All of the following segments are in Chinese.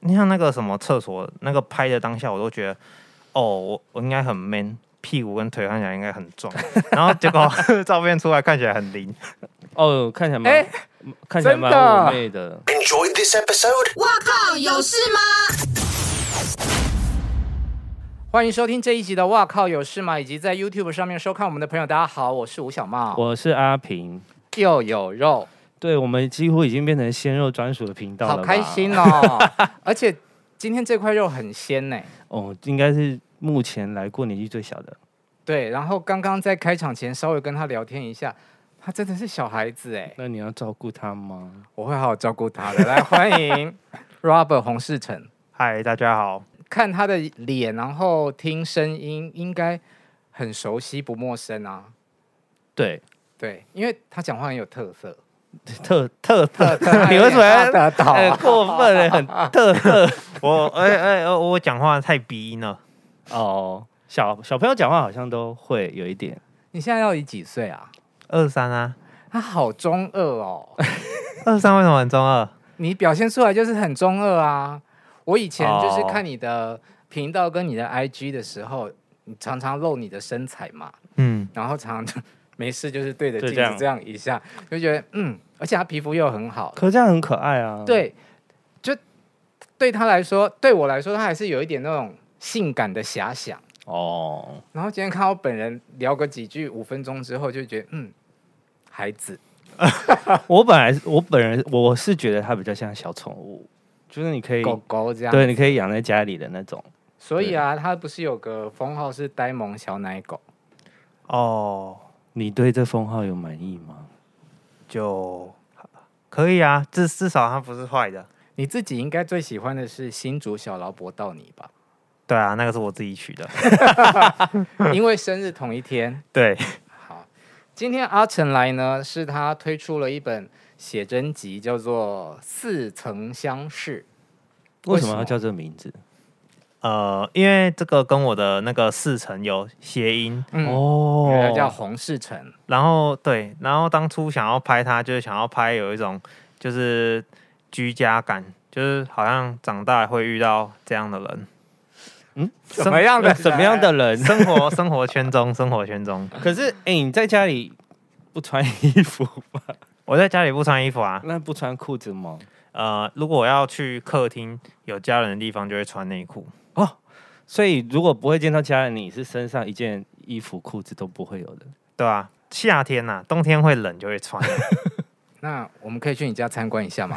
你像那个什么厕所那个拍的当下，我都觉得，哦，我我应该很 man，屁股跟腿看起来应该很壮，然后结果 照片出来看起来很零。哦，看起来蛮、哎看起来蛮真的妩媚的。 Enjoyed this episode? 哇靠，有事吗？欢迎收听这一集的《哇靠有事吗》，以及在 YouTube 上面收看我们的朋友，大家好，我是吴小茂，我是阿平，又有肉，对我们几乎已经变成鲜肉专属的频道了，好开！心哦！而且今天这块肉很鲜呢。哦，应该是目前来过年纪最小的。对，然后刚刚在开场前稍微跟他聊天一下，他真的是小孩子哎，那你要照顾他吗？我会好好照顾他 的。来，欢迎 Robert 洪世成，嗨，大家好，看他的脸，然后听声音，应该很熟悉不陌生啊。对，对，因为他讲话很有特 色。特特特，你你为什么要得到哎、啊？过分了，很特特。我哎哎、呃我讲话太鼻音了，哦，小小朋友讲话好像都会有一点。你现在到底几岁啊？二三啊，他好中二哦，二三为什么很中二？你表现出来就是很中二啊。我以前就是哦看你的频道跟你的 IG 的时候，你常常露你的身材嘛，嗯，然后常常没事就是对着就镜这子样这样一下，就觉得嗯，而且他皮肤又很好，可是这样很可爱啊。，对，就对他来说，对我来说，他还是有一点那种性感的遐想。哦，然后今天看到本人聊个几句，五分钟之后就觉得，嗯，孩子，我本来我本人我是觉得它比较像小宠物，就是你可以狗狗这样。对，你可以养在家里的那种。所以啊，他不是有个封号是呆萌小奶狗？哦，你对这封号有满意吗？就可以啊，至至少它不是坏的。你自己应该最喜欢的是新竹小劳勃道尼 吧？对啊，那个是我自己取的。因为生日同一天。对，好，今天阿成来呢，是他推出了一本写真集，叫做《似曾相识》。为什么为什要么叫这个名字？呃，因为这个跟我的那个四成有谐音，嗯，哦原来叫洪世成。然后对，然后当初想要拍它，就是想要拍有一种就是居家感，就是好像长大会遇到这样的人，嗯怎么样的？什么样的？人？生活生活圈中，生活圈中， 可是，哎、你在家里不穿衣服吗？我在家里不穿衣服啊， 那不穿裤子吗？呃，如果我要去客厅有家人的地方，就会穿内裤，所以，如果不会见到家人，你是身上一件衣服、裤子都不会有的。对啊？夏天呐、冬天会冷就会穿， 那我们可以去你家参观一 下吗？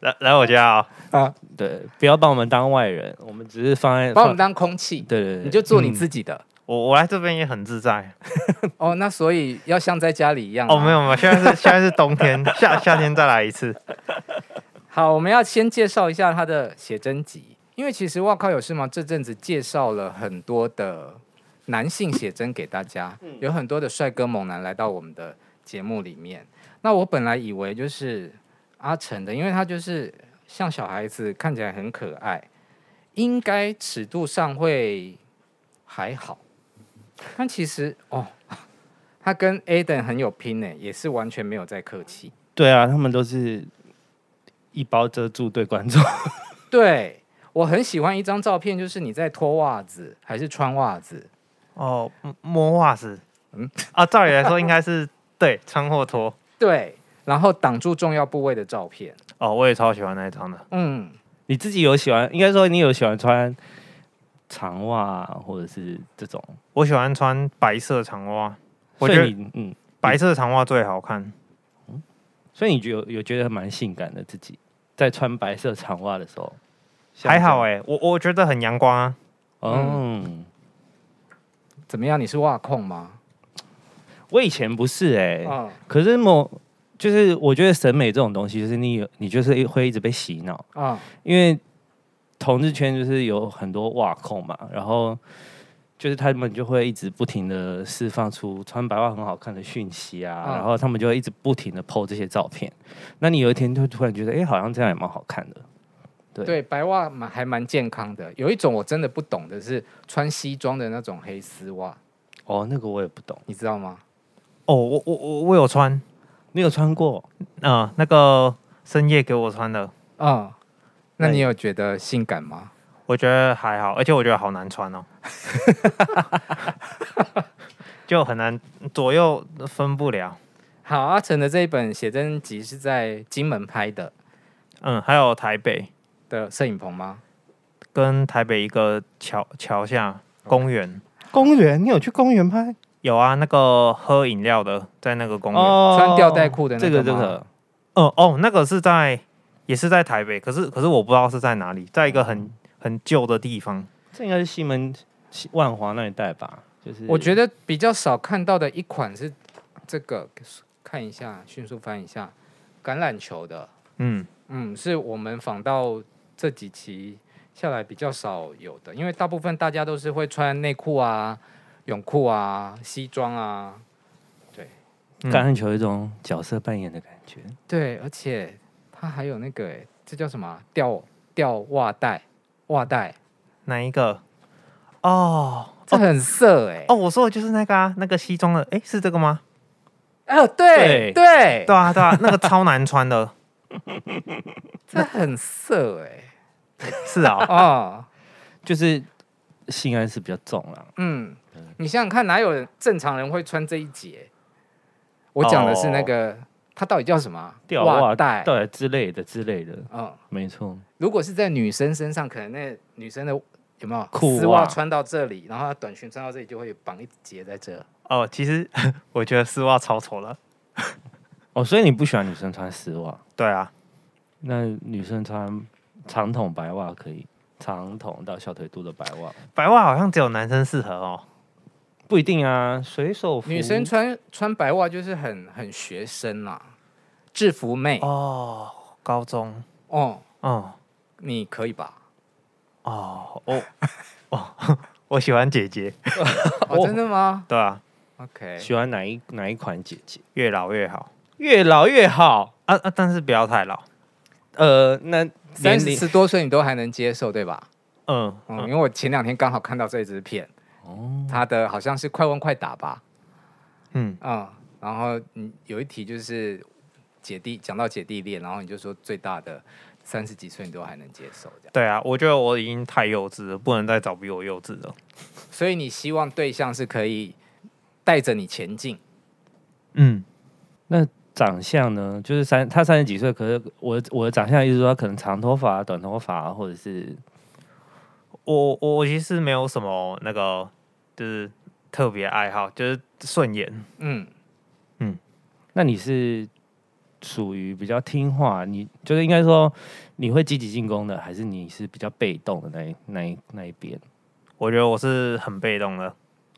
来来我家啊、对，不要把我们当外人，我们只是放在把我们当当空气，对嗯对对，你就做你自己的。我我来这边也很自在。哦，那所以要像在家里一样、哦，没。有没有，现在是现在是冬天，夏夏天再来一次。好，我们要先介绍一下他的写真集，因为其实《哇靠有事吗》这阵子介绍了很多的男性写真给大家，有很多的帅哥猛男来到我们的节目里面。那我本来以为就是阿成的，因为他就是像小孩子，看起来很可爱，应该尺度上会还好。但其实哦，他跟 Aden 很有拼呢，也是完全没有在客气。对啊，他们都是一包遮住对观众。 对我很喜欢一张照片，就是你在脱袜子还是穿袜子？哦，摸摸袜子，嗯啊，照理来说应该是 对穿或脱。对，然后挡住重要部位的照片。哦，我也超喜欢那一张的。嗯，你自己有喜欢，应该说你有喜欢穿长袜啊或者是这种，我喜欢穿白色长袜，我所觉以得你嗯，白色长袜最好看。所以你觉有有觉得蛮性感的自己在穿白色长袜的时候，还好哎、哎、我我觉得很阳光啊。嗯，怎么样？你是袜控吗？我以前不是哎、嗯可是某就是我觉得审美这种东西，就是你有你就是会一直被洗脑，嗯，因为同志圈就是有很多袜控嘛，然后就是他们就会一直不停的释放出穿白袜很好看的讯息啊，嗯然后他们就会一直不停的 PO 这些照片。那你有一天就突然觉得，哎、好像这样也蛮好看的。对对，白袜蛮还蛮健康的。有一种我真的不懂的是穿西装的那种黑丝袜，哦，那个我也不懂，你知道吗？哦，我我我我有穿，呃你有穿过？嗯、那个深夜给我穿的，嗯，那你有觉得性感吗？我觉得还好，而且我觉得好难 穿哦，就很难左右分不了。好，阿成的这一本写真集是在金门拍的嗯，还有台北的摄影棚吗？跟台北一个桥桥下公园公园，你有去公园拍？有啊，那个喝饮料的在那个公园。哦哦穿吊带裤的那这个个这吗个，哦那个是在也是在台北，可是可是我不知道是在哪里，在一个很很旧的地方。这应该是西门西万华那一带吧？就是我觉得比较少看到的一款是这个，看一下，迅速翻一下，橄榄球的，嗯，嗯，是我们访到这几期下来比较少有的，因为大部分大家都是会穿内裤啊、泳裤啊、西装啊，嗯橄榄球有一种角色扮演的感觉。对，而且它还有那个、欸，这叫什么啊吊吊袜带，袜带，哪一个？哦这很色哎、欸，哦，我说的就是那个啊，那个西装的，诶，是这个吗？哦，对对对对，啊对啊，那个超难穿的，这很色哎、是啊、欸，哦。就是性暗示比较重啦。嗯，你想想看，哪有人正常人会穿这一节？我讲的是那个，它到底叫什么啊？吊哦袜袜带。带之类的之类的，嗯，没错。如果是在女生身上，可能那女生的有没有裤袜丝袜穿到这里，然后她短裙穿到这里，就会绑一节在这。哦，其实 我觉得丝袜超丑了。哦，所以你不喜欢女生穿丝袜，对啊，那女生穿长筒白袜可以，长筒到小腿肚的白袜白袜好像只有男生适合哦。不一定啊，水手服女生穿穿白袜就是很很学生啦，制服妹。哦哦，高中，哦你可以吧？哦哦哦， 我喜欢姐姐， 哦，真的吗对啊， ？OK，喜欢哪一哪一款姐姐？越老越好越老越好。啊啊，但是不要太老。呃，那三年龄十多岁你都还能接受对吧？嗯嗯，因为我前两天刚好看到这支片，哦，他的好像是快问快答吧，嗯，嗯，然后嗯有一题就是姐弟讲到姐弟恋，然后你就说最大的三十几岁你都还能接受这样，对啊，我觉得我已经太幼稚了，不能再找比我幼稚的。所以你希望对象是可以带着你前进，嗯，长相呢，就是三他三十几岁，可是我我的长相意思说他可能长头发、短头发，或者是我我我其实没有什么那个，就是特别爱好，就是顺眼。嗯，那你是属于比较听话，你就是应该说你会积极进攻的，还是你是比较被动的那一那一那一边？我觉得我是很被动的。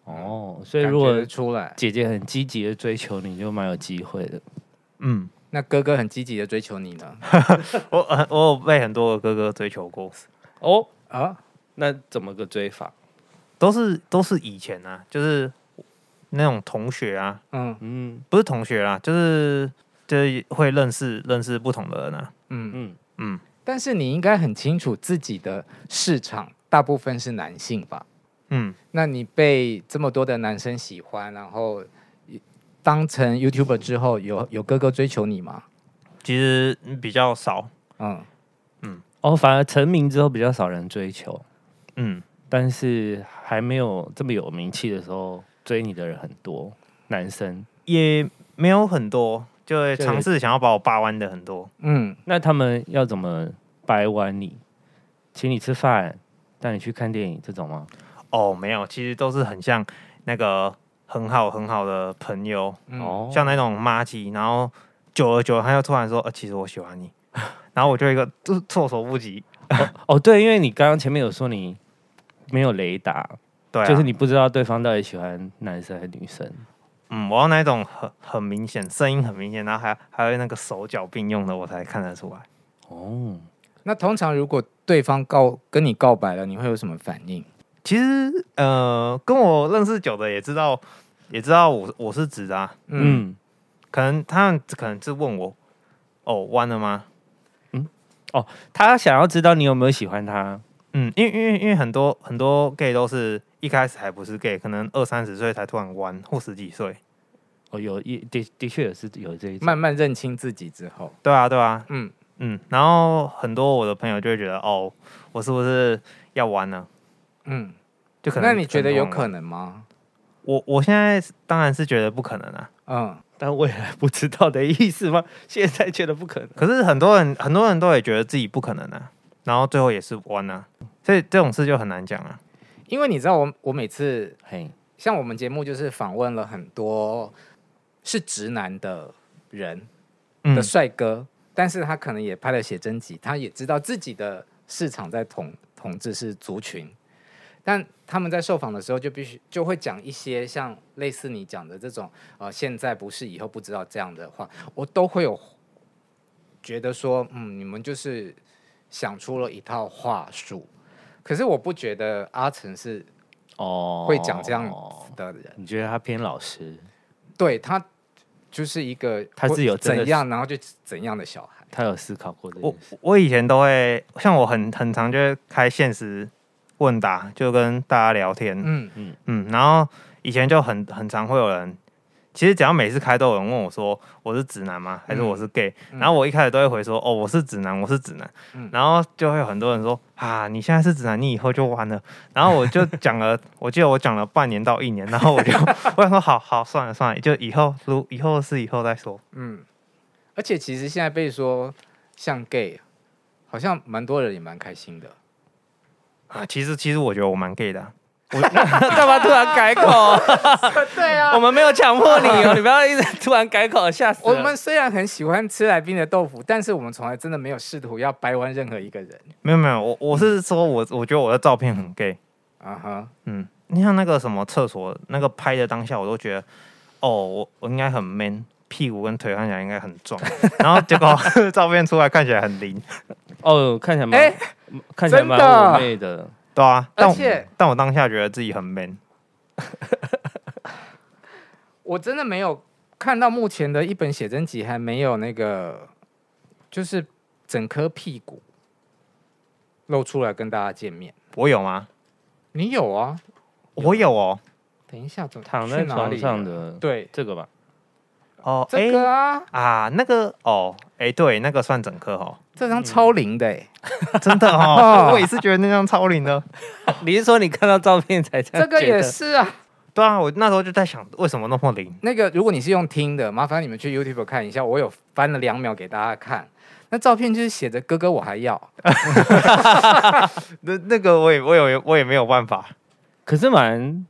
哦，所以感如觉果得出来，姐姐很积极的追求你，就蛮有机会的。嗯，那哥哥很积极的追求你呢，我呃我有被很多的哥哥追求过，哦，啊，那怎么个追法？都是都是以前啊，就是那种同学啊，嗯嗯不是同学啦，就是就是会认识认识不同的人啊。嗯，嗯，嗯，但是你应该很清楚自己的市场大部分是男性吧？嗯，那你被这么多的男生喜欢，然后当成 YouTuber 之后，有有哥哥追求你吗？其实嗯比较少，嗯，哦，反而成名之后比较少人追求，嗯，但是还没有这么有名气的时候，追你的人很多，男生。也没有很多，就会对尝试想要把我扒弯的很多。嗯，那他们要怎么掰弯你？请你吃饭，带你去看电影这种吗？哦，没有，其实都是很像那个很好很好的朋友，嗯哦，像那种妈鸡，然后久而久了他又突然说，呃，其实我喜欢 你，然后我就一个就是措手不及。哦，对，因为你刚刚前面有说你没有雷达，对、啊，就是你不知道对方到底喜欢男生还是女生。嗯，我要那一种很很明显，声音很明显，然后还还有那个手脚并用的，我才看得出来。哦，那通常如果对方告跟你告白了，你会有什么反应？其实呃，跟我认识久的也知道，也知道我我是直的、啊，嗯，嗯，可能他们可能是问我，哦，弯了吗？他想要知道你有没有喜欢他。嗯，因为因为因为很多很多 gay 都是一开始还不是 gay，可能二三十岁才突然弯，或十几岁。哦，有一的的确也是有这一嗯种慢慢认清自己之后，对啊，对啊，嗯，嗯，然后很多我的朋友就会觉得，哦，我是不是要玩呢、嗯，就可能那你觉得有可能？能吗？我我现在当然是觉得不可能啊。嗯，但未来不知道的意思吗？ 现在觉得不可能。可是很多人很多人都也觉得自己不可能啊，然后最后也是弯啊，所以这种事就很难讲啊。因为你知道我我每次嘿，像我们节目就是访问了很多是直男的人嗯的，帅哥，但是他可能也拍了写真集，他也知道自己的市场在统统治是族群，但他们在受访的时候就必须就会讲一些像类似你讲的这种呃现在不是以后不知道这样的话，我都会有觉得说，嗯，你们就是想出了一套话术，可是我不觉得阿成是哦会讲这样子的人。你觉得他偏老实？对他就是一个他是有真的怎样，然后就怎样的小孩。他有思考过这我件事？我以前都会，像我很很常就会开现实问答，就跟大家聊天，嗯嗯，然后以前就很很常会有人。其实只要每次开都有人问我说我是直男吗？还是我是 gay？、然后我一开始都会回说哦我是直男，我是直男。嗯然后就会有很多人说啊你现在是直男，你以后就完了。然后我就讲了，我记得我讲了半年到一年，然后我就我想说好好算了算了，就以后如以后是以后再说。嗯而且其实现在被说像 gay，好像蛮多人也蛮开心的。啊，其实其实我觉得我蛮 gay 的啊、干嘛突然改口？ 对啊我们没有强迫 你哦，你不要一直突然改口，吓死我人们虽然很喜欢吃来宾的豆腐，但是我们从来真的没有试图要掰弯任何一个人。没有没有，我我是说我我觉得我的照片很 gay，啊哈，嗯，你像那个什么厕所那个拍的当下，我都觉得哦，我我应该很 man，屁股跟腿看起来应该很壮， 然后结果照片出来看起来很零，哦，看起来蛮哎，看起来蛮真的妩媚的。对啊，但我而且但我当下觉得自己很 man，我真的没有看到目前的一本写真集还没有那个，就是整颗屁股露出来跟大家见面。我有吗？你有啊？我有哦，等一下，怎么躺在去哪床里上了的，对，这个吧，哦，哎、这个啊，啊，那个哦，哎、对，那个算整颗哦， 这张超灵的、欸，真的 哦，我也是觉得那张超龄的， 你是说你看到照片才嗯这这样个觉也得是啊。对啊，我那时候就在想为什么那么灵，那个如果你是用听的，麻烦你们去 YouTube 看一下，我有翻了两秒给大家看。那照片就是写着“哥哥我还要那那个我也我也我也没有办法，可是蛮”，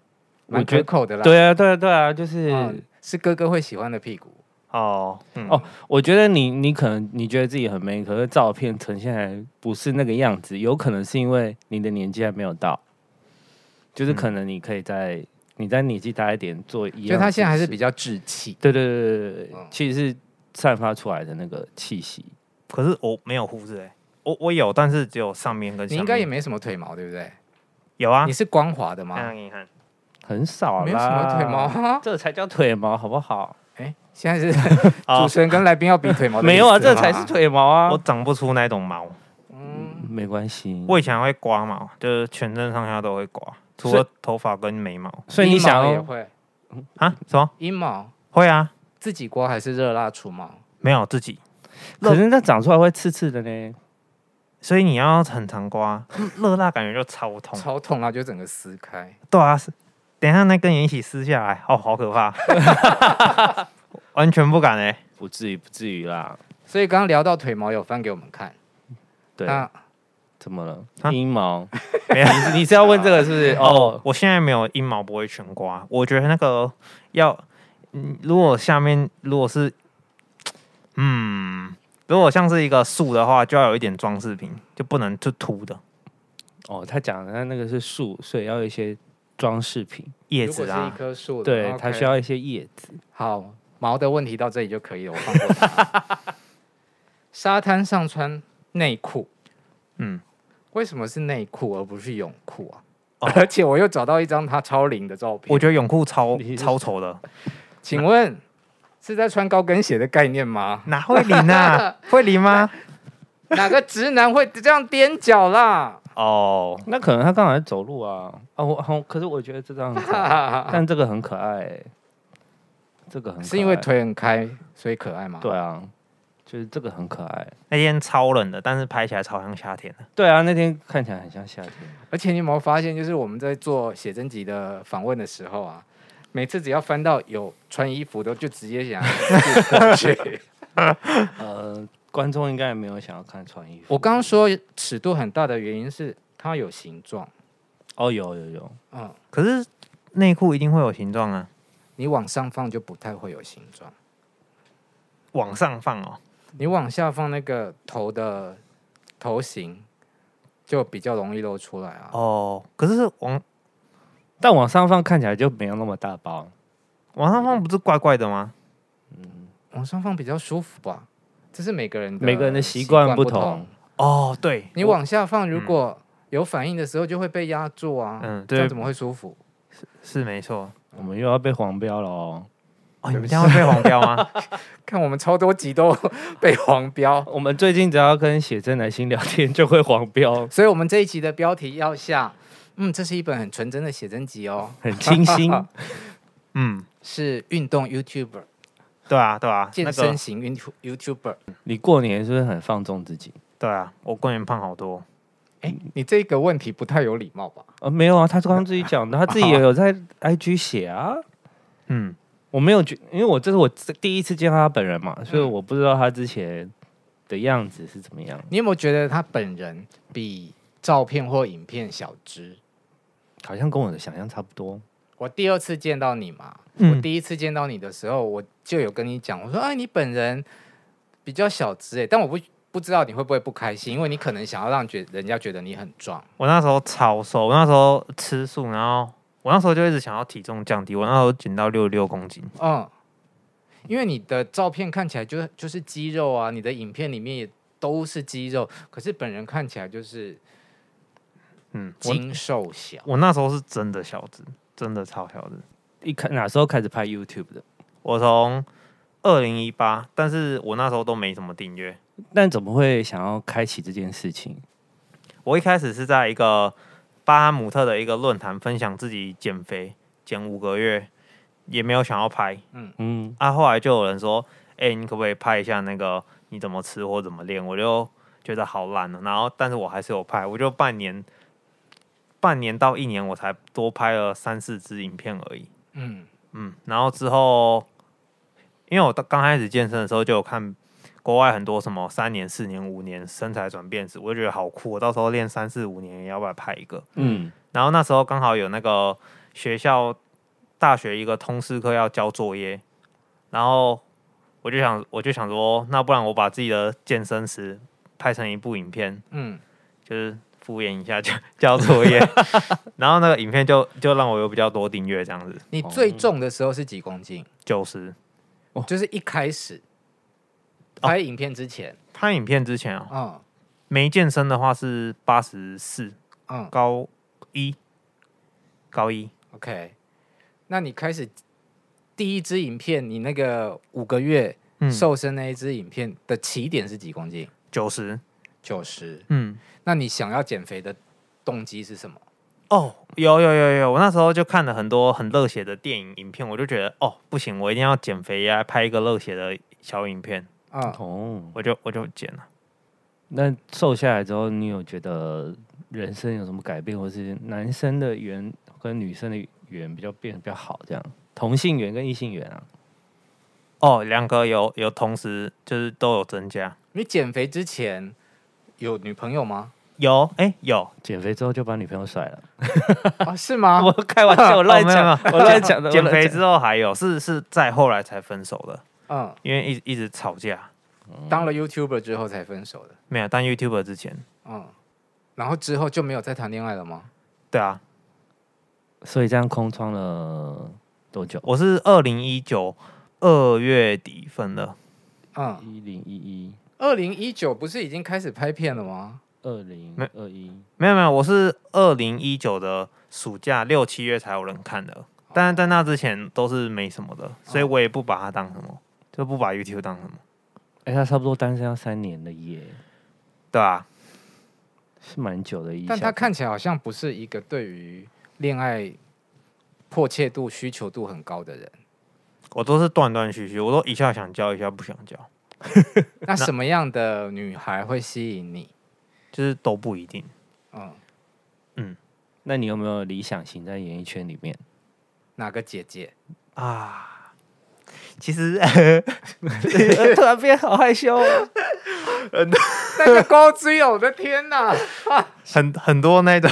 我蛮觉可得口的啦。对啊，对啊，对啊，就是、嗯，是哥哥会喜欢的屁股。哦，嗯、哦我觉得你你可能你觉得自己很 man，可是照片呈现来不是那个样子，有可能是因为你的年纪还没有到，就是可能你可以在、你在年纪大一点做一样的事情，就他现在还是比较稚气，对对对对对对嗯其实是散发出来的那个气息。可是我没有胡子哎、我我有，但是只有上面跟下你面。应该也没什么腿毛，对不对？有啊你。是光滑的看嗯吗？给你看，很少啦，没有什么腿毛，啊。这才叫腿毛，好不好？ 哎，现在 是哦主持人跟来宾要比腿毛的没有啊，意思这吗才是。腿毛啊我。长不出那种毛。嗯，没关系，我以前会刮毛，就是全身上下都会刮，除了头发跟眉毛所以你阴毛想哦也要会啊？什么？阴毛会啊？自己刮还是热蜡除毛？没有自己，可是那长出来会刺刺的呢。所以你要很常刮，热辣感觉就超痛。超痛啊，就整个撕开。对啊，是等一下那根也一起撕下来，哦，好可 怕，完全不敢哎、不至于，不至于啦。所以刚刚聊到腿毛有翻给我们看，对，那怎么了？啊阴毛？没有，你你是要问这个是不是？哦，我现在没有阴毛不会全刮，我觉得那个要，嗯，如果下面如果是，嗯，如果像是一个树的话，就要有一点装饰品，就不能就秃的哦，他讲的他那个是树，所以要有一些装饰品。叶如果子是一啊。棵树的，对， OK 它需要一些叶子。好毛的问题到这里就可以了，我放过它。沙滩上穿内裤，嗯，为什么是内裤而不是泳裤啊？而且我又找到一张他超龄的照片，我觉得泳裤超你是超丑的，请问是在穿高跟鞋的概 念吗？哪会淋啊？会淋吗？哪个直男会这样踮 脚啦？哦，那可能他刚好在走路啊。啊，我好，可是我觉得这张很可爱，啊但这个很可爱欸。这个很可爱是因为腿很开所以可爱吗？对啊，就是这个很可爱。那天超冷的，但是拍起来超像夏天的。对啊，那天看起来很像夏 天。而且你有没有发现，就是我们在做写真集的访问的时候啊，每次只要翻到有穿衣服的，就直接想过去。 呃，观众应该也没有想要看穿衣服。我刚刚说尺度很大的原因是它有形状，哦，有有有，嗯，可是内裤一定会有形状啊，你往上放就不太会有形状，往上放哦。你往下放那个头的头型就比较容易露出来啊。哦，可是往但往上放看起来就没有那么大包。往上放不是怪怪的吗？往上放比较舒服吧，这是每个人的每个人的习习惯惯不同。同哦，对，你我往下放，如果有反应的时候就会被压住啊，嗯这样对怎么会舒服？是没错。我们又要被黄标了哦。哦，你们这样会被黄标吗？看我们超多集都 被黄标，我们最近只要跟写真来新聊天就会黄 标，所以我们这一集的标题要下，嗯，这是一本很纯真的写真集哦，很清新。 嗯，是运动 YouTuber 对啊，对啊，那健身个型运 YouTuber。你过年是不是很放纵自己？对啊，我过年胖好多。哎，你这个问题不太有礼貌吧？呃，没有啊，他刚刚自己讲的，他自己也有在 IG 写啊。嗯，我没有觉，因为我这是我第一次见到他本人嘛，所以我不知道他之前的样子是怎么样。你有没有觉得他本人比照片或影片小只？好像跟我的想象差不多。我第二次见到你嘛，嗯我第一次见到你的时候，我就有跟你讲，我说啊，你本人比较小只哎、但我不不知道你会不会不开心，因为你可能想要让觉人家觉得你很壮。我那时候超瘦，我那时候吃素，然后我那时候就一直想要体重降低，我那时候减到六十六公斤。嗯，因为你的照片看起来就是就是肌肉啊，你的影片里面也都是肌肉，可是本人看起来就是嗯，我精瘦小。我那时候是真的小子，真的超小子。一开哪时候开始拍 YouTube 的？我从二零一八，但是我那时候都没什么订阅。但怎么会想要开启这件事情？我一开始是在一个巴哈姆特的一个论坛分享自己减肥，减五个月，也没有想要拍。嗯，啊，后来就有人说，哎、你可不可以拍一下那个你怎么吃或怎么练？我就觉得好懒哦了，然后但是我还是有拍，我就半年。半年到一年，我才多拍了三四支影片而已。嗯，嗯，然后之后，因为我到刚开始健身的时候就有看国外很多什么三年、四年、五年身材转变史，我就觉得好酷，哦我到时候练三四五年也要不要拍一个？嗯，然后那时候刚好有那个学校大学一个通识课要交作业，然后我就想我就想说，那不然我把自己的健身史拍成一部影片，嗯，就是敷衍一下 交交作业，然后那个影片就就让我有比较多订阅这样子，你最重的时候是几公斤？九十。就是一开始拍影片之前，拍影片之前哦，嗯没健身的话是八十四，嗯高一，高一， ，OK。那你开始第一支影片，你那个五个月嗯，瘦身那一支影片的起点是几公斤？九十，九十。嗯，那你想要减肥的动机是什么？哦，有有有有，我那时候就看了很多很热血的电影影片，我就觉得哦，不行，我一定要减肥呀，拍一个热血的小影片，嗯，哦，我就我就减了。那瘦下来之后，你有觉得人生有什么改变，或是男生的缘跟女生的缘比较变得比较好？这样，同性缘跟异性缘啊？哦，两个有有同时就是都有增加，你减肥之前有女朋友吗？有哎、有，减肥之后就把女朋友甩了？啊，是吗？ 我 开玩笑，我乱哦没有讲，我乱讲的。我减乱肥讲之后还有是是在后来才分手的，嗯，因为一直一直吵架，当了 YouTuber 之后才分手的。没有当 YouTuber 之前，嗯，然后之后就没有再谈恋爱了吗？对啊，所以这样空窗了多久？我是二零一九二月底分的，嗯，一零一一二零一九不是已经开始拍片了吗？二零没二一，没有没有，我是二零一九的暑假六七月才有人看的，但是在那之前都是没什么哦的，所以我也不把它当什么，就不把 YouTube 当什么，哎，他差不多单身要三年了耶，对啊，是蛮久的一小。但他看起来好像不是一个对于恋爱迫切度、需求度很高的人。我都是断断续续，我都一下想教，一下不想教。那什么样的女孩会吸引你？就是都不一定。嗯，那你有没有理想型在演艺圈里 面？哪个姐姐？啊，其实、 呃、突然变好害羞、哦，那个高之友，我的天哪！很很多那 种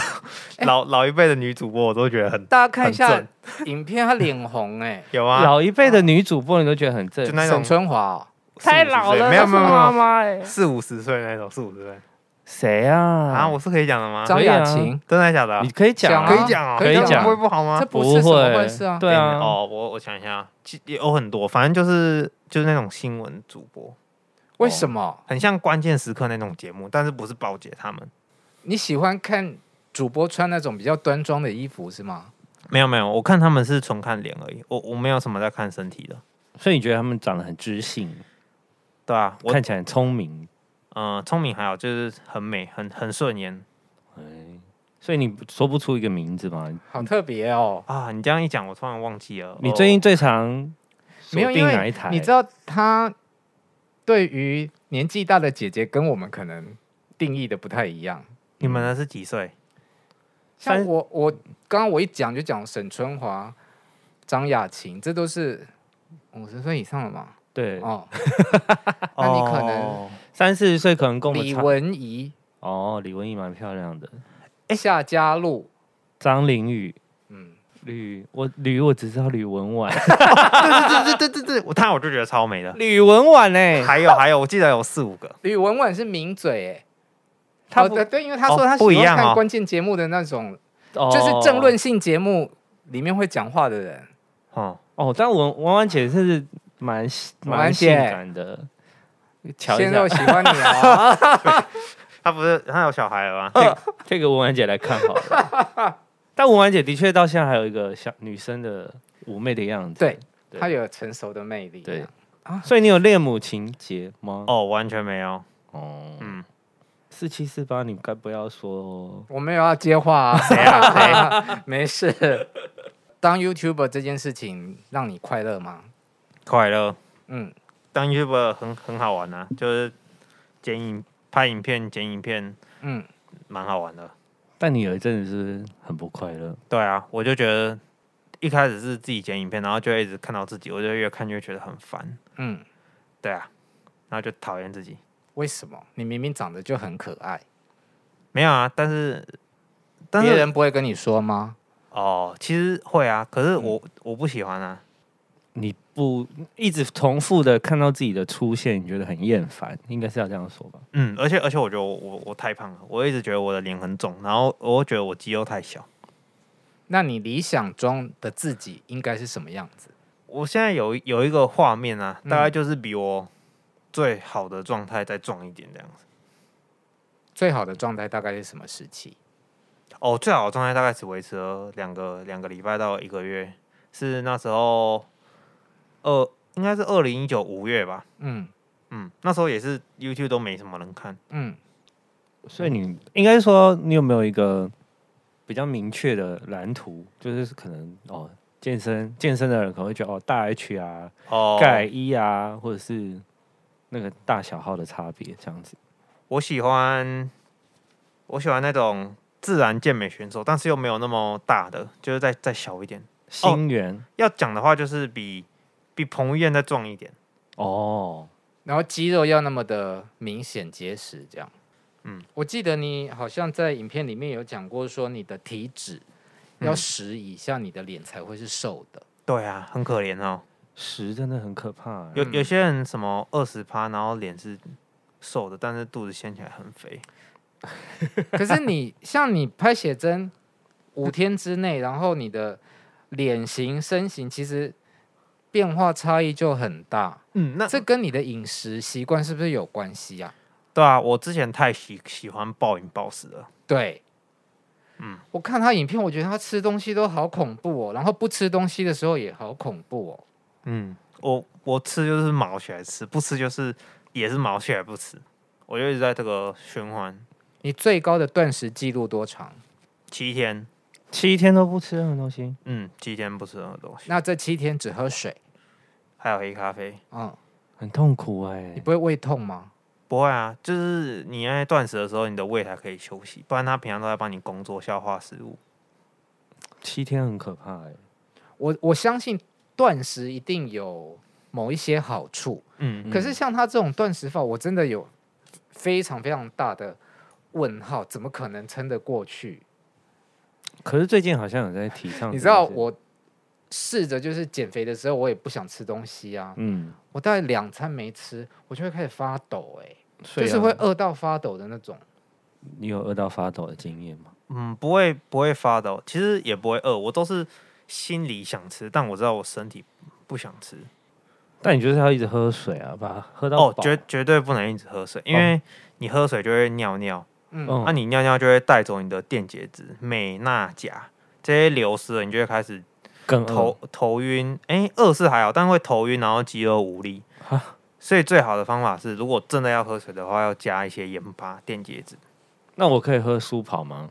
老、老一辈的女主播，我都觉得很大家看一下很影片，她脸红哎、有啊，老一辈的女主播你都觉得很正就，那沈种春华、哦，太老了，没有她是没有没有妈妈哎，四五十岁那种，四五十岁谁啊？啊，我是可以讲的吗？张可以啊雅琴，真的假的啊你？可以讲、啊，可以讲哦，可以这样讲不会不好吗这？不不是什么会坏事啊。对啊，嗯哦，我我想一下，其有很多，反正就是就是那种新闻主播，哦为什么很像关键时刻那种节目，但是不是报姐他们。你喜欢看主播穿那种比较端庄的衣服是吗？没有没有，我看他们是纯看脸而已，我我没有什么在看身体的。所以你觉得他们长得很知性，对啊，我看起来很聪明，嗯，聪明还好，就是很美，很很顺眼所以你说不出一个名字吗？好特别哦。啊。你这样一讲，我突然忘记了。你哦最近最常没有，锁定因哪一为台？你知道他对于年纪大的姐姐跟我们可能定义的不太一样。你们呢是几岁？像三我，我刚刚我一讲就讲沈春华、张雅琴，这都是五十岁以上了嘛？对，哦， 那你可能哦三四十岁可能跟我们李差文怡、哦，李文毅蛮漂亮的，夏佳璐，张凌宇。嗯，吕我吕我只知道吕文婉， 对对对对对，我他我就觉得超美的。吕文婉 哎、还有还有，我记得有四五个。吕文婉是名嘴哎。她哦不对对，因为他说哦他喜不一欢样看哦关键节目的那种哦就是政论性节目里面会讲话的人。哦，哦，但文婉婉姐是蛮婉婉蛮姐性感的，瞧一鲜肉下喜欢你 啊！他不是他有小孩了吗？哦这个文婉姐来看好了。 但文婉姐的确到现在还有一个小女生的妩媚的样子，对，对他有成熟的魅力。啊对，所以你有恋母情节吗？哦，完全没有。哦，嗯，四七四八，你该不要说哦我没有要接话 啊，谁啊谁啊？ 没事。当 YouTuber 这件事情让你快乐吗？快乐嗯，当 YouTuber 很很好玩啊，就是剪影拍影片剪影片，嗯，蛮好玩的。但你有一阵子是很不快乐，对啊，我就觉得一开始是自己剪影片，然后就会一直看到自己，我就越看越觉得很烦。嗯，对啊，然后就讨厌自己。为什么？你明明长得就很可爱，没有啊，但是但别是人不会跟你说吗？哦，其实会啊，可是我、嗯我不喜欢啊。你不一直重复的看到自己的出现，你觉得很厌烦，应该是要这样说吧？嗯，而且而且我觉得我我我太胖了，我一直觉得我的脸很肿，然后我又觉得我肌肉太小。那你理想中的自己应该是什么样子？我现在有有一个画面啊，嗯大概就是比我最好的状态再壮一点这样子。最好的状态大概是什么时期？哦，最好的状态大概只维持了两个两个礼拜到一个月，是那时候二应该是二零一九五月吧。嗯嗯，那时候也是 YouTube 都没什么人看。嗯，所以你应该说，你有没有一个比较明确的蓝图？就是可能哦，健身健身的人可能会觉得哦，大 H 啊、哦，钙一啊，或者是那个大小号的差别这样子。我喜欢，我喜欢那种自然健美选手，但是又没有那么大的，就是再再小一点。哦心源要讲的话，就是比比彭于晏再壮一点。哦，然后肌肉要那么的明显结实，这样。嗯，我记得你好像在影片里面有讲过，说你的体脂要十以下，你的脸才会是瘦的。对啊，很可怜哦。十真的很可怕、欸。有有嗯些人什么二十趴，然后脸是瘦的，但是肚子掀起来很肥。可是你像你拍写真五天之内，然后你的脸型、身形其实变化差异就很大，嗯，那这跟你的饮食习惯是不是有关系啊？对啊，我之前太喜喜欢暴饮暴食了。对，嗯，我看他影片，我觉得他吃东西都好恐怖哦，然后不吃东西的时候也好恐怖哦。嗯，我我吃就是毛起来吃，不吃就是也是毛起来不吃，我就一直在这个循环你最高的断食记录多长？七天。七天都不吃任何东西，嗯，七天不吃任何东西，那这七天只喝水，还有黑咖啡。嗯，很痛苦哎、你不会胃痛吗？不会啊，就是你在断食的时候，你的胃才可以休息，不然它平常都在帮你工作消化食物。七天很可怕哎、我我相信断食一定有某一些好处，嗯，可是像他这种断食法，我真的有非常非常大的问号，怎么可能撑得过去？可是最近好像有在提倡，你知道，我试着就是减肥的时候，我也不想吃东西啊，嗯，我大概两餐没吃，我就会开始发抖、欸，所以啊就是会饿到发抖的那种。你有饿到发抖的经验吗？嗯，不会不会发抖，其实也不会饿，我都是心里想吃，但我知道我身体不想吃。但你就是要一直喝水啊，把它喝到哦，饱啊哦绝绝对不能一直喝水，因为你喝水就会尿尿，嗯嗯那、啊你尿尿就会带走你的电解质镁、钠、钾这些流失了，你就会开始更头、饿，头晕。哎、饿是还好，但会头晕，然后肌肉无力。所以最好的方法是，如果真的要喝水的话，要加一些盐巴电解质。那我可以喝苏跑吗？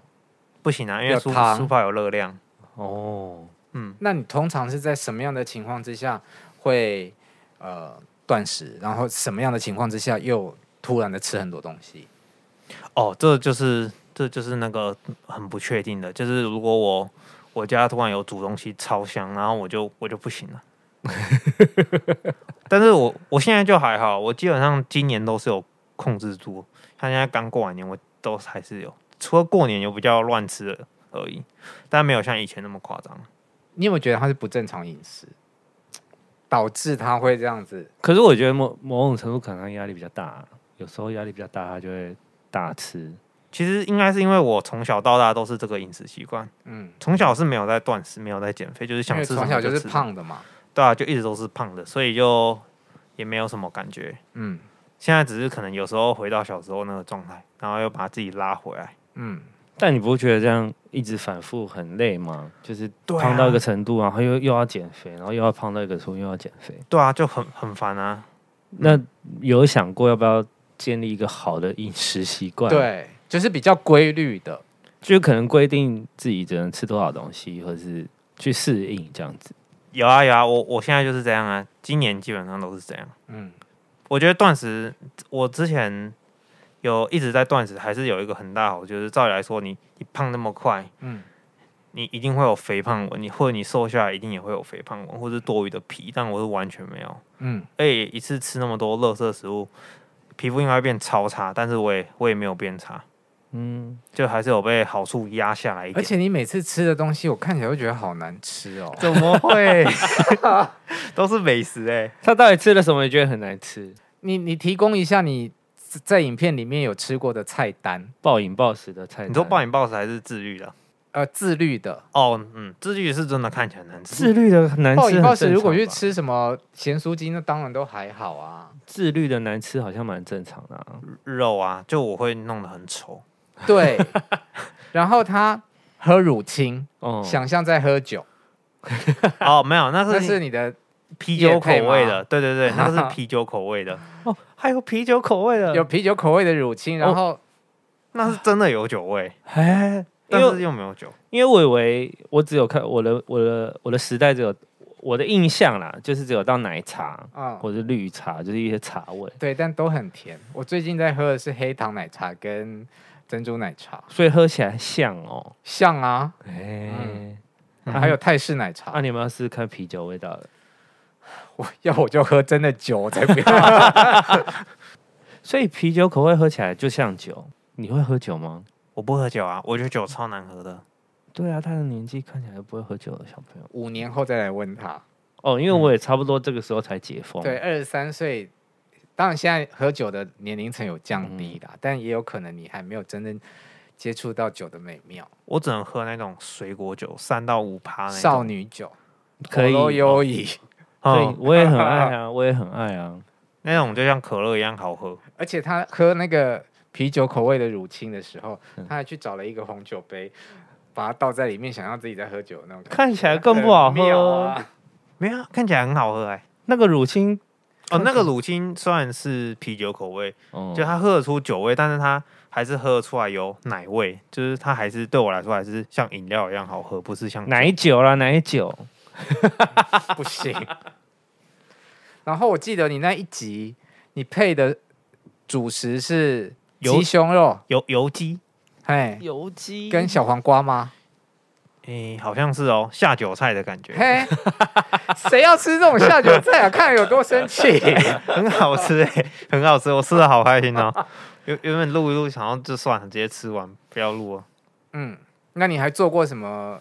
不行啊，因为有蔬糖蔬泡有热量。哦，嗯，那你通常是在什么样的情况之下会呃断食，然后什么样的情况之下又突然的吃很多东西？哦，这就是这就是那个很不确定的，就是如果我我家突然有煮东西超香，然后我就我就不行 了。但是我我现在就还好，我基本上今年都是有控制住，像现在刚过完年，我都还是有，除了过年有比较乱吃了而已，但没有像以前那么夸张。你有没有觉得它是不正常饮食，导致它会这样子？可是我觉得某某种程度可能压力比较大，有时候压力比较大，他就会大吃。其实应该是因为我从小到大都是这个饮食习惯，嗯，从小是没有在断食，没有在减肥，就是因想为吃什么从小就吃就是什么胖的嘛。对啊，就一直都是胖的，所以就也没有什么感觉。嗯现在只是可能有时候回到小时候那个状态，然后又把自己拉回来。嗯，但你不觉得这样一直反复很累吗？就是对啊胖到一个程度，然后又又要减肥，然后又要胖到一个程度又要减肥。对啊，就很很烦啊。那有想过要不要建立一个好的饮食习嗯惯？，对，就是比较规律的。就可能规定自己只能吃多少东西，或是去适应这样子。有啊有啊，我我现在就是这样啊，今年基本上都是这样。嗯，我觉得断食，我之前有一直在断食，还是有一个很大好处，就是照理来说你，你胖那么快，嗯，你一定会有肥胖纹，你或者你瘦下来一定也会有肥胖纹，或是多余的皮，但我是完全没有。嗯，而且哎一次吃那么多垃圾食物，皮肤应该会变超差，但是我也我也没有变差，嗯，就还是有被好处压下来一而点。且你每次吃的东西，我看起来会觉得好难吃哦。怎么 会？都是美食哎、他到底吃了什么？你觉得很难吃？你你提供一下你在影片里面有吃过的菜单，暴饮暴食的菜单，你说暴饮暴食还是自律的？呃，自律的。哦，嗯，自律是真的看起来难自吃。律的难吃暴很正饮常吧，暴食，如果去吃什么咸酥鸡，那当然都还好 啊。自律的难吃，好像蛮正常的、啊。肉啊，就我会弄得很丑。 对，然后他喝乳清，哦，想象在喝酒，哦，没有，那那是是你的啤酒口味业配的，吗对对对，那是啤酒口味的，哦，还有啤酒口味的，有啤酒口味的乳清，然后那是真的有酒味，哎，因但为是又没有酒。因为我以为我只有看我的我的我的时代只有我的印象啦，就是只有到奶茶啊，或者绿茶，就是一些茶味，对，但都很甜。我最近在喝的是黑糖奶茶跟珍珠奶茶，所以喝起来像哦。像啊，哎、啊还有泰式奶那、茶。你们要试试看啤酒味道的。我要我就喝真的酒，我才不要。 所以啤酒口味喝起来就像酒，你会喝酒吗？我不喝酒啊，我觉得酒超难喝的。对啊，他的年纪看起来不会喝酒的小朋友五年后再来问他。哦，因为我也差不多这个时候才解封。对，，二十三岁，当然现在喝酒的年龄层有嗯降低啦，但也有可能你还没有真正接触到酒的美妙。我只能喝那种水果酒，三到五趴啊那种少女酒，可以哦都优怡，所 嗯以我也很爱啊，我也很爱啊。那种就像可乐一样好喝。而且他喝那个啤酒口味的乳清的时候，嗯他还去找了一个红酒杯。把它倒在里面，想让自己在喝酒的那种感觉，看起来更不好很妙喝啊没有、啊，看起来很好喝哎、那个乳清，哦，那个乳清虽然是啤酒口味，哦就它喝得出酒味，但是它还是喝得出来有奶味，就是它还是对我来说还是像饮料一样好喝，不是像酒啊奶酒啦，奶酒。不行。然后我记得你那一集，你配的主食是油鸡胸肉，油油鸡，嘿，油鸡跟小黄瓜吗？诶、好像是哦，下酒菜的感觉，嘿，谁要吃这种下酒菜啊？看有多生气！很好吃诶、 很好吃，我吃的好开心哦。原原本录一录，想要就算了，直接吃完，不要录了。哦嗯，那你还做过什么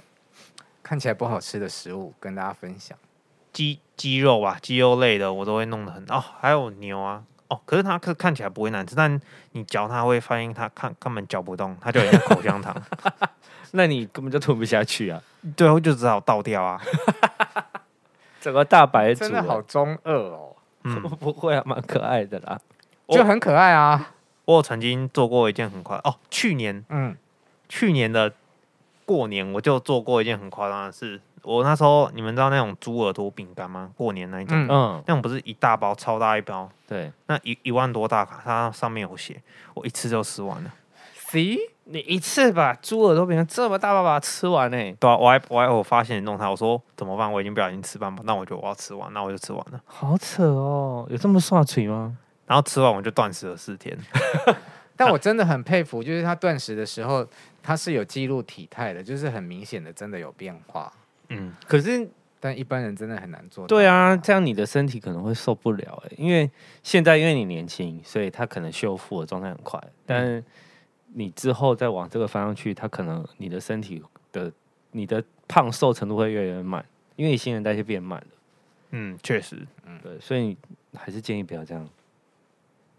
看起来不好吃的食物跟大家分享？鸡鸡肉吧，鸡肉类的我都会弄得很哦，还有牛啊，哦，可是它看看起来不会难吃，但你嚼它会发现它看根本嚼不动，它就有像口香糖，那你根本就吞不下去啊！最后就只好倒掉啊。整个大白啊猪真的好，中二哦，嗯，不会啊，蛮可爱的啦。我就很可爱啊。我有曾经做过一件很夸哦，去年嗯，去年的过年我就做过一件很夸张的事，我那时候你们知道那种猪耳朵饼干吗？过年那一种，嗯嗯，那种不是一大包超大一包，对，那一一万多大卡，它上面有写，我一次就吃完了。 See，你一次把猪耳朵饼干这么大把把它吃完欸呢、对啊，我还我还有发现你弄它，我说怎么办？我已经不小心吃半包，那我就我要吃完，那我就吃完了。好扯哦！有这么刷嘴吗？然后吃完我就断食了四天，但我真的很佩服，就是他断食的时候，他是有记录体态的，就是很明显的真的有变化。嗯，可是，但一般人真的很难做到。对啊，这样你的身体可能会受不了哎、因为现在因为你年轻，所以它可能修复的状态很快，但嗯是你之后再往这个方向去，它可能你的身体的你的胖瘦程度会越来越慢，因为你新陈代谢变慢了。嗯，确实，对，所以你还是建议不要这样。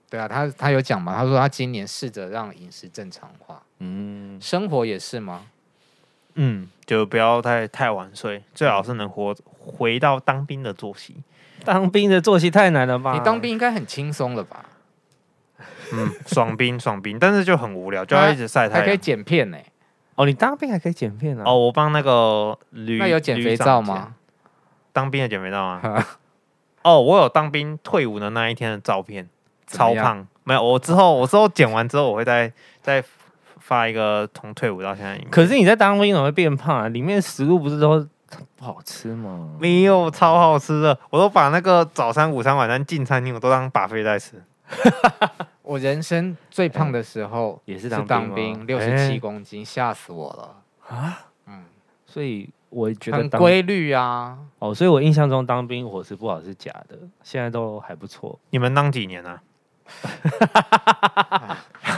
对啊，他他有讲嘛，他说他今年试着让饮食正常化，嗯，生活也是吗？嗯，就不要太太晚睡，最好是能活回到当兵的作息。当兵的作息太难了吧？你当兵应该很轻松了吧？嗯，爽兵爽兵，但是就很无聊，就要一直晒啊还太可以阳。剪片呢、哦，你当兵还可以剪片啊？哦，，我帮那个旅那有减肥照？吗？当兵的减肥照吗？哦，我有当兵退伍的那一天的照片，怎么超样胖。没有，我之后我之后剪完之后，我会再再发一个从退伍到现在的影片。可是你在当兵怎么会变胖啊？里面食物不是都不好吃吗？没有超好吃的，我都把那个早餐、午餐、晚餐进餐厅，我都当把费在吃。我人生最胖的时候也哎是是当当兵吗兵，六十哎七公斤，吓死我了。所以我觉得很当规律啊，哦，所以我印象中当兵伙食不好是假的，现在都还不 错。你们当几年啊？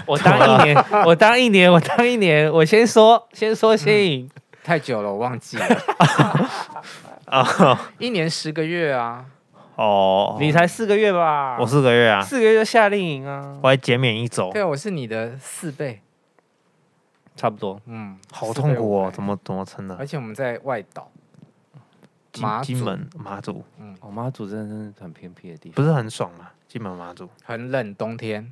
我当一年，我当一年，我当一年，我先说，先说先赢。太久了，我忘记了。一年十个月啊，哦，你才四个月吧？我四个月啊，四个月就夏令营啊，我还减免一周，对，我是你的四倍，差不多。嗯，好痛苦哦，怎么？么怎么撑的而？且我们在外岛，金马金祖门马祖我哦妈祖真的是很偏僻的地不方，是很爽吗？金门马祖很冷，冬天，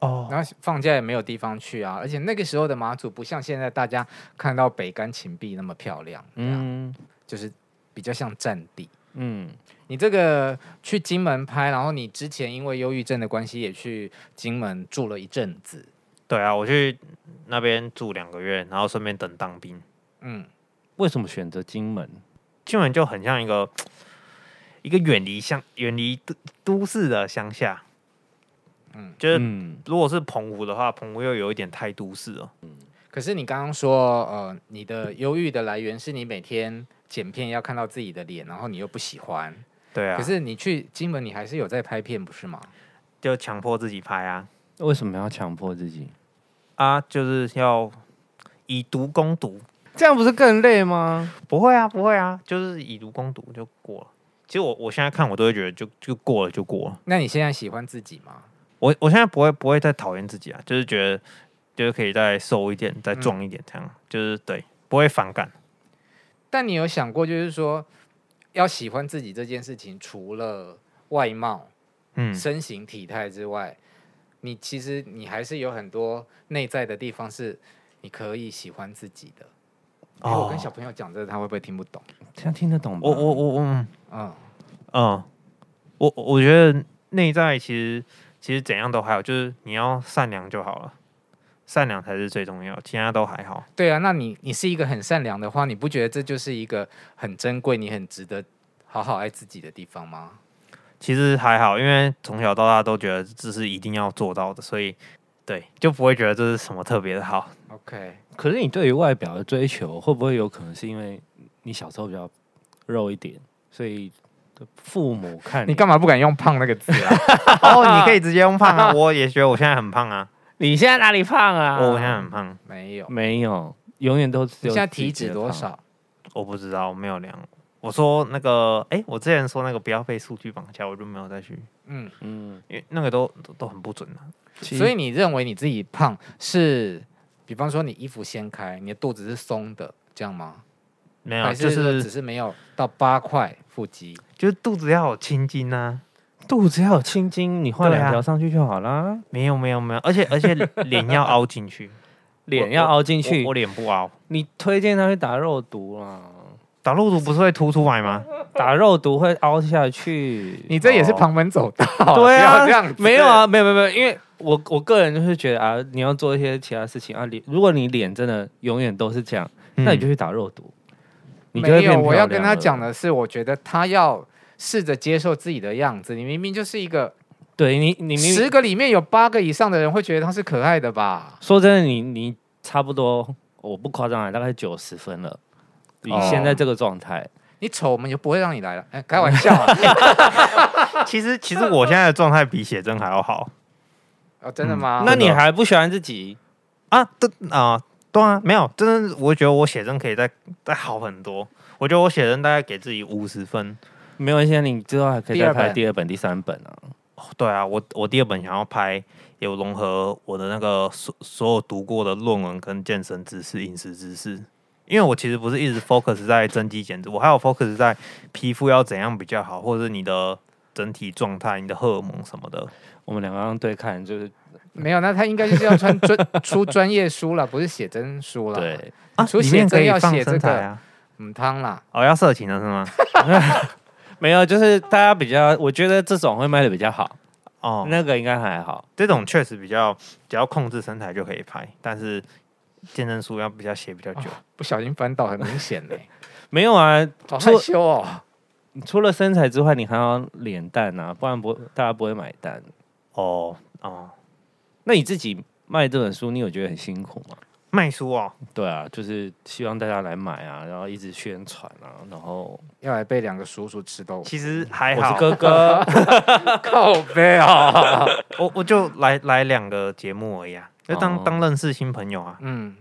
哦，然后放假也没有地方去啊。而且那个时候的马祖不像现在大家看到北干琴壁那么漂亮，嗯，嗯就是比较像战地。嗯，你这个去金门拍，然后你之前因为忧郁症的关系也去金门住了一阵子，对啊，我去那边住两个月，然后顺便等当兵。嗯，为什么选择金门？金门就很像一个一个远离乡、远离都都市的乡下。嗯，就是嗯，如果是澎湖的话，澎湖又有一点太都市了。可是你刚刚说，呃，你的忧郁的来源是你每天剪片要看到自己的脸，然后你又不喜欢。对啊，可是你去金门，你还是有在拍片，不是吗？就强迫自己拍啊为什么要强迫自己？啊，就是要以毒攻毒。这样不是更累吗？不会啊，不会啊，就是以毒攻毒就过了。其实我我现在看我都会觉得就就过了就过了。那你现在喜欢自己吗？我我现在不会不会再讨厌自己啊，就是觉得就是可以再瘦一点，再壮一嗯点，这样、就是对，不会反感。但你有想过，就是说要喜欢自己这件事情，除了外貌、嗯，身形、体态之外，你其实你还是有很多内在的地方是你可以喜欢自己的。哦哎我跟小朋友讲这个，他会不会听不懂？这样听得懂吗？我我我我嗯嗯，嗯，我我觉得内在其实其实怎样都还好，就是你要善良就好了，善良才是最重要，其他都还好。对啊，那你你是一个很善良的话，你不觉得这就是一个很珍贵、你很值得好好爱自己的地方吗？其实还好，因为从小到大都觉得这是一定要做到的，所以对就不会觉得这是什么特别的好。 OK，可是你对于外表的追求，会不会有可能是因为你小时候比较肉一点，所以父母看你干嘛不敢用“胖”那个字啊？ 哦，你可以直接用胖啊，我也觉得我现在很胖 啊，你现在哪里胖啊？我现在很胖，没有，没有，永远都只你有现在自己体脂的多胖？少？我不知道，我没有量。我说那个，哎、我之前说那个不要被数据绑架，我就没有再去，嗯，嗯，因为那个都都都很不准啊。其所以你认为你自己胖是，比方说你衣服掀开，你的肚子是松的，这样吗？没有，还就说是只是没有到八块腹肌？就是肚子要有青筋啊，肚子要有青筋，你画对啊两条上去就好啦。没有没有没有，而且而且脸要凹进去，脸要凹 进去我我，脸不凹，你推荐他去打肉毒啦，打肉毒不是会凸出来吗？打肉毒会凹下去。你这也是哦旁门左道，对不啊要这样，子没有，啊，没有没有没有，因为我我个人就是觉得啊，你要做一些其他事情啊，脸如果你脸真的永远都是这样，那嗯 你就去打肉毒，你就会嗯没变有。我要跟漂他亮了讲，的是，我觉得他要试着接受自己的样子。你明明就是一个对你你明十个里面有八个以上的人会觉得他是可爱的吧？说真的，你你差不多，我不夸张啊，大概九十分了。你哦现在这个状态，你丑，我们就不会让你来了。哎，开玩笑啊！其实其实我现在的状态比写真还要好哦，真的吗？那你还不喜欢自己？啊，对啊、对啊，没有，真的，我觉得我写真可以再再好很多。我觉得我写真大概给自己五十分。没有，现在你之后还可以第再二拍本第二本、第三本啊。对啊，我我第二本想要拍有融合我的那个所所有读过的论文跟健身知识、饮食知识，因为我其实不是一直 focus 在增肌减脂，我还有 focus 在皮肤要怎样比较好，或者是你的整体状态、你的荷尔蒙什么的。我们两个刚刚对看，就是没有，那他应该就是要穿专 出专业书了，不是写真书了。，对，啊，除里写面可真以要放写这身材个啊，嗯，汤啦，哦，要色情的是 吗？没有，就是大家比较，我觉得这种会卖的比较好，哦，那个应该还好。这种确实比较只要控制身材就可以拍，但是健身书要比较写比较久。不小心翻倒，很明显呢，没有啊，好出害羞哦。除了身材之外，你还要脸蛋啊，不然不大家不会买单。哦哦，那你自己卖这本书，你有觉得很辛苦吗？卖书哦，对啊，就是希望大家来买啊，然后一直宣传啊，然后要来被两个叔叔吃豆腐， 其实还我是好。 哥哥，靠背啊。我我就来来两个节目而已啊，就当、哦当认识新朋友啊。嗯，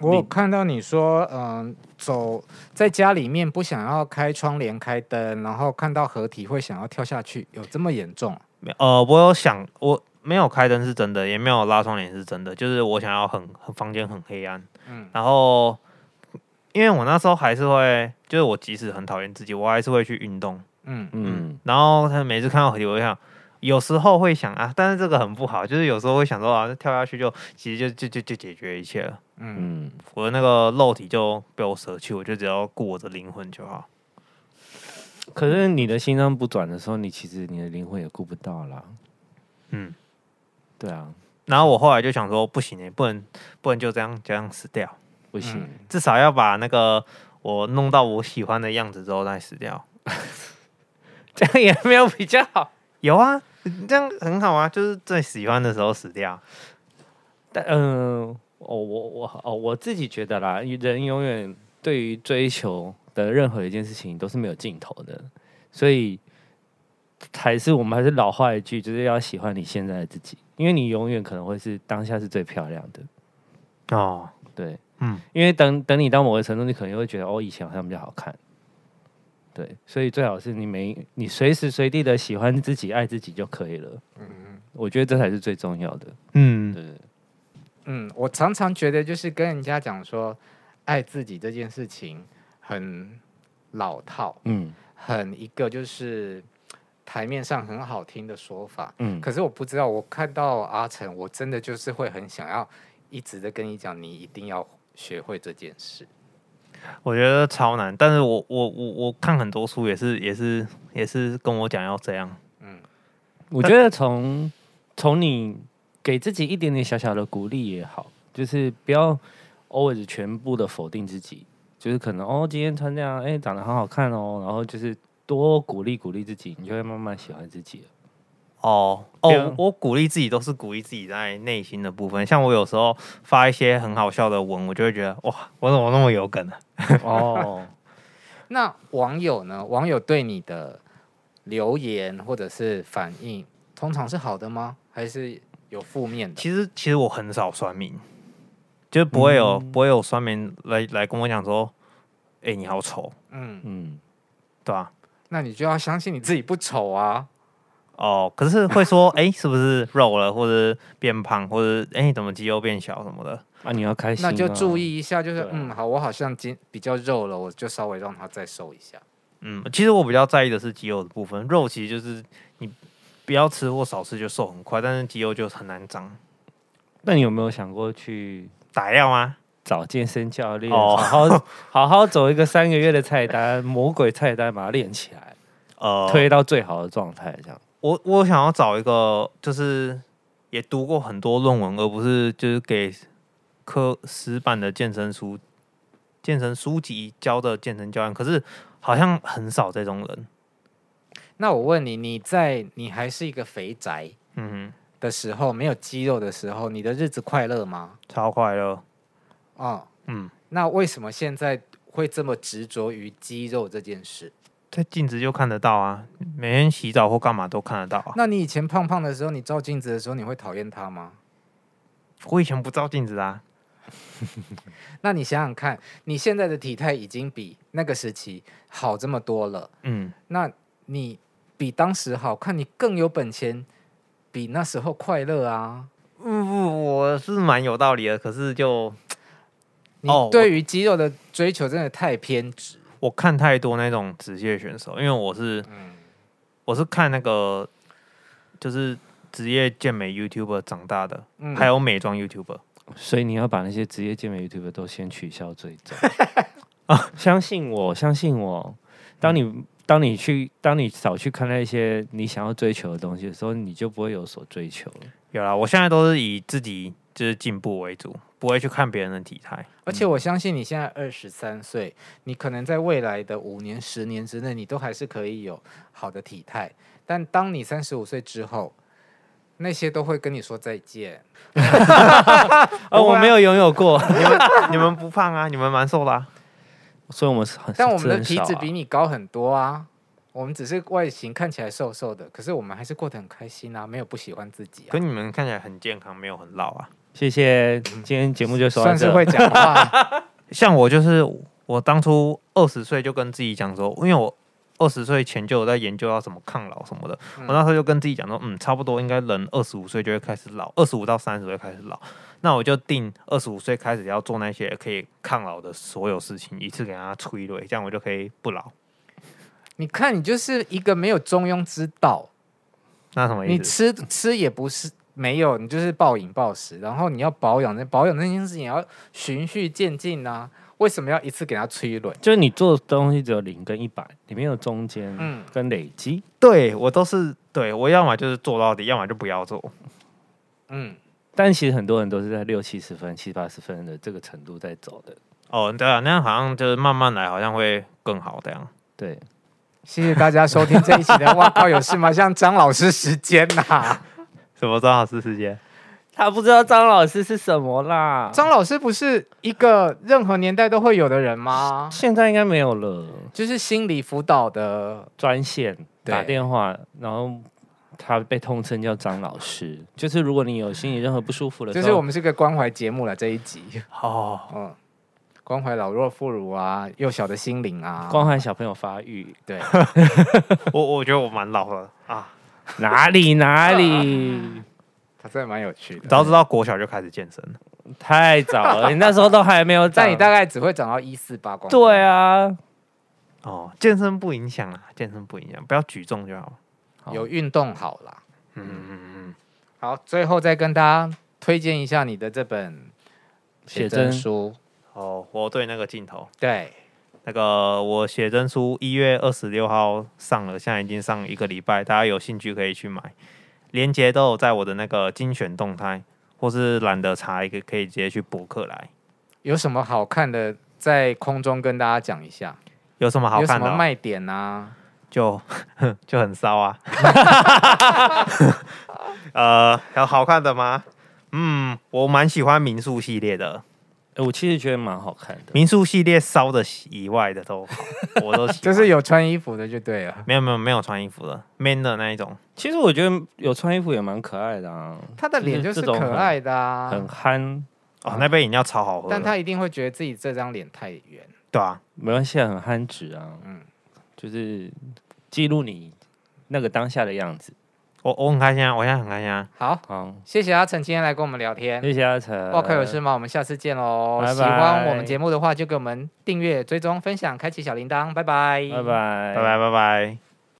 我有看到你说，嗯、走在家里面不想要开窗帘、开灯，然后看到合体会想要跳下去，有这么严重？没呃，我有想，我没有开灯是真的，也没有拉窗帘是真的，就是我想要很很房间很黑暗，嗯，然后因为我那时候还是会，就是我即使很讨厌自己，我还是会去运动。嗯嗯，然后他每次看到合体，我就想。有时候会想啊，但是这个很不好，就是有时候会想说啊，跳下去就其实就就就就解决一切了。嗯，嗯，我的那个肉体就被我舍去，我就只要顾我的灵魂就好。可是你的心脏不转的时候，你其实你的灵魂也顾不到啦。嗯，对啊，然后我后来就想说，不行欸不能不能就这样这样死掉，不行，嗯至少要把那个我弄到我喜欢的样子之后再死掉。 这样也没有比较好。有啊，这样很好啊，就是最喜欢的时候死掉。但嗯、哦，我我哦，我自己觉得啦，人永远对于追求的任何一件事情都是没有尽头的，所以还是我们还是老话一句，就是要喜欢你现在的自己，因为你永远可能会是当下是最漂亮的。哦，对，嗯，因为等等你到某个程度，你可能会觉得哦，以前好像比较好看。对，所以最好是你没你随时随地的喜欢自己、爱自己就可以了。嗯，我觉得这才是最重要的。嗯，对，嗯，我常常觉得就是跟人家讲说，爱自己这件事情很老套，嗯很一个就是台面上很好听的说法。嗯，可是我不知道，我看到阿成，我真的就是会很想要一直的跟你讲，你一定要学会这件事。我觉得超难，但是我我我我看很多书也是也是也是跟我讲要这样。我觉得从从你给自己一点点小小的鼓励也好，就是不要 always 全部的否定自己，就是可能哦，今天穿这样，哎、长得好好看哦，然后就是多鼓励鼓励自己，你就会慢慢喜欢自己了。哦对啊哦，我我鼓励自己都是鼓励自己在内心的部分。像我有时候发一些很好笑的文，我就会觉得哇，我怎么那么有梗呢、啊哦，那网友呢？网友对你的留言或者是反应，通常是好的吗？还是有负面的？其实其实我很少酸民，就是不会有、不会有酸民来来跟我讲说，哎、你好丑，嗯， 嗯，对吧、那你就要相信你自己不丑啊。哦，可是会 说，哎、是不是肉了，或者变胖，或者哎、你怎么肌肉变小什么的？啊，你要开心、那就注。意一下，就是对啊嗯，好，我好像今比较肉了，我就稍微让它再瘦一下。嗯，其实我比较在意的是肌肉的部分，肉其实就是你不要吃或少吃就瘦很快，但是肌肉就很难长。那你有没有想过去打药吗？找健身教练，哦好好 好好走一个三个月的菜单，魔鬼菜单把它练起来，哦呃，推到最好的状态，这样。我我想要找一个，就是也读过很多论文，而不是就是给科死板的健身书、健身书籍教的健身教练。可是好像很少这种人。那我问你，你在你还是一个肥宅嗯的时候，没有肌肉的时候，你的日子快乐吗？哼，超快乐。哦，嗯，那为什么现在会这么执着于肌肉这件事？在镜子就看得到啊，每天洗澡或干嘛都看得到啊。那你以前胖胖的时候，你照镜子的时候，你会讨厌它吗？我以前不照镜子啊，那你想想看，你现在的体态已经比那个时期好这么多了，嗯，那你比当时好看，你更有本钱，比那时候快乐啊！嗯不，我是蛮有道理的，可是就你哦我对于肌肉的追求真的太偏执，我看太多那种职业选手，因为我是嗯，我是看那个就是职业健美 YouTuber 长大的，嗯还有美妆 YouTuber。所以你要把那些职业健美 YouTube 都先取消最 早。啊，相信我，相信我。当你当你去当你少去看那些你想要追求的东西的时候，你就不会有所追求了。有啦，我现在都是以自己就是进步为主，不会去看别人的体态。而且我相信你现在二十三岁，你可能在未来的五年、十年之内，你都还是可以有好的体态。但当你三十五岁之后，那些都会跟你说再见。啊，哦不会啊我没有拥有 过， 你们不胖啊，你们蛮瘦的、啊。所以我们是很，但我们的是很体少脂啊比你高很多啊，我们只是外形看起来瘦瘦的，可是我们还是过得很开心啊，没有不喜欢自己啊可。你们看起来很健康，没有很老啊。谢谢，今天节目就说到啊算是这。会讲话，啊像我就是，我当初二十岁就跟自己讲说，因为我二十岁前就有在研究要怎么抗老什么的，嗯我那时候就跟自己讲说，嗯，差不多应该人二十五岁就会开始老，二十五到三十会开始老，那我就定二十五岁开始要做那些可以抗老的所有事情，一次给它催泪，这样我就可以不老。 你看你就是一个没有中庸之道，那什么你意思？吃吃也不是没有，你就是暴饮暴食，然后你要保养，那保养那件事情也要循序渐进啊。为什么要一次给它催泪？就是你做的东西只有零跟一百，你没有中间嗯跟累积。对我都是对我要么就是做到底，要么就不要做。嗯，但其实很多人都是在六七十分、七八十分的这个程度在走的。哦，对啊，那样好像就是慢慢来，好像会更好这样。对，谢谢大家收听这一期的哇靠有事吗？像张老师时间呐、 什么张老师时间？他不知道张老师是什么啦，张老师不是一个任何年代都会有的人吗？现在应该没有了。就是心理辅导的，专线对打电话，然后他被通称叫张老师。就是如果你有心里任何不舒服的时就候，是我们是个关怀节目了这一集，哦，嗯，关怀老弱妇孺啊，幼小的心灵啊，关怀小朋友发育， 对，我我觉得我蛮老了啊，哪里哪 里他真的蛮有趣的。早知道国小就开始健身了。太早了，你那时候都还没有长但你大概只会长到一四八公，对，啊，哦，健身不影响啊，健身不影响，不要举重就好。好有运动好啦。啊嗯嗯嗯好，最后再跟大家推荐一下你的这本写真真书，嗯。哦，我对那个镜头，对，那个我写真书一月二十六号上了，现在已经上一个礼拜，大家有兴趣可以去买，链接都有在我的那个精选动态，或是懒得查一个，可以直接去博客来。有什么好看的在空中跟大家讲一下，有什么好有什看的么哦、卖点啊？ 就就很骚啊。呃，有好看的吗？嗯，我蛮喜欢民宿系列的，哎我其实觉得蛮好看的。民宿系列骚的以外的都好，我都喜欢。就是有穿衣服的就对了。没有没有没有穿衣服的 man 的那一种，其实我觉得有穿衣服也蛮可爱的啊，他的脸就是可爱的啊，很憨，哦，那杯饮料超好喝的，但他一定会觉得自己这张脸太圆。对啊，没关系，很憨直啊。嗯，嗯就是记录你那个当下的样子。我我很开心啊，我现在很开心啊，好，好，谢谢阿成今天来跟我们聊天。谢谢阿成。报客有事吗？我们下次见喽！哎拜拜喜欢我们节目的话，就给我们订阅、追踪、分享、开启小铃铛，拜拜，拜拜，拜拜拜拜拜。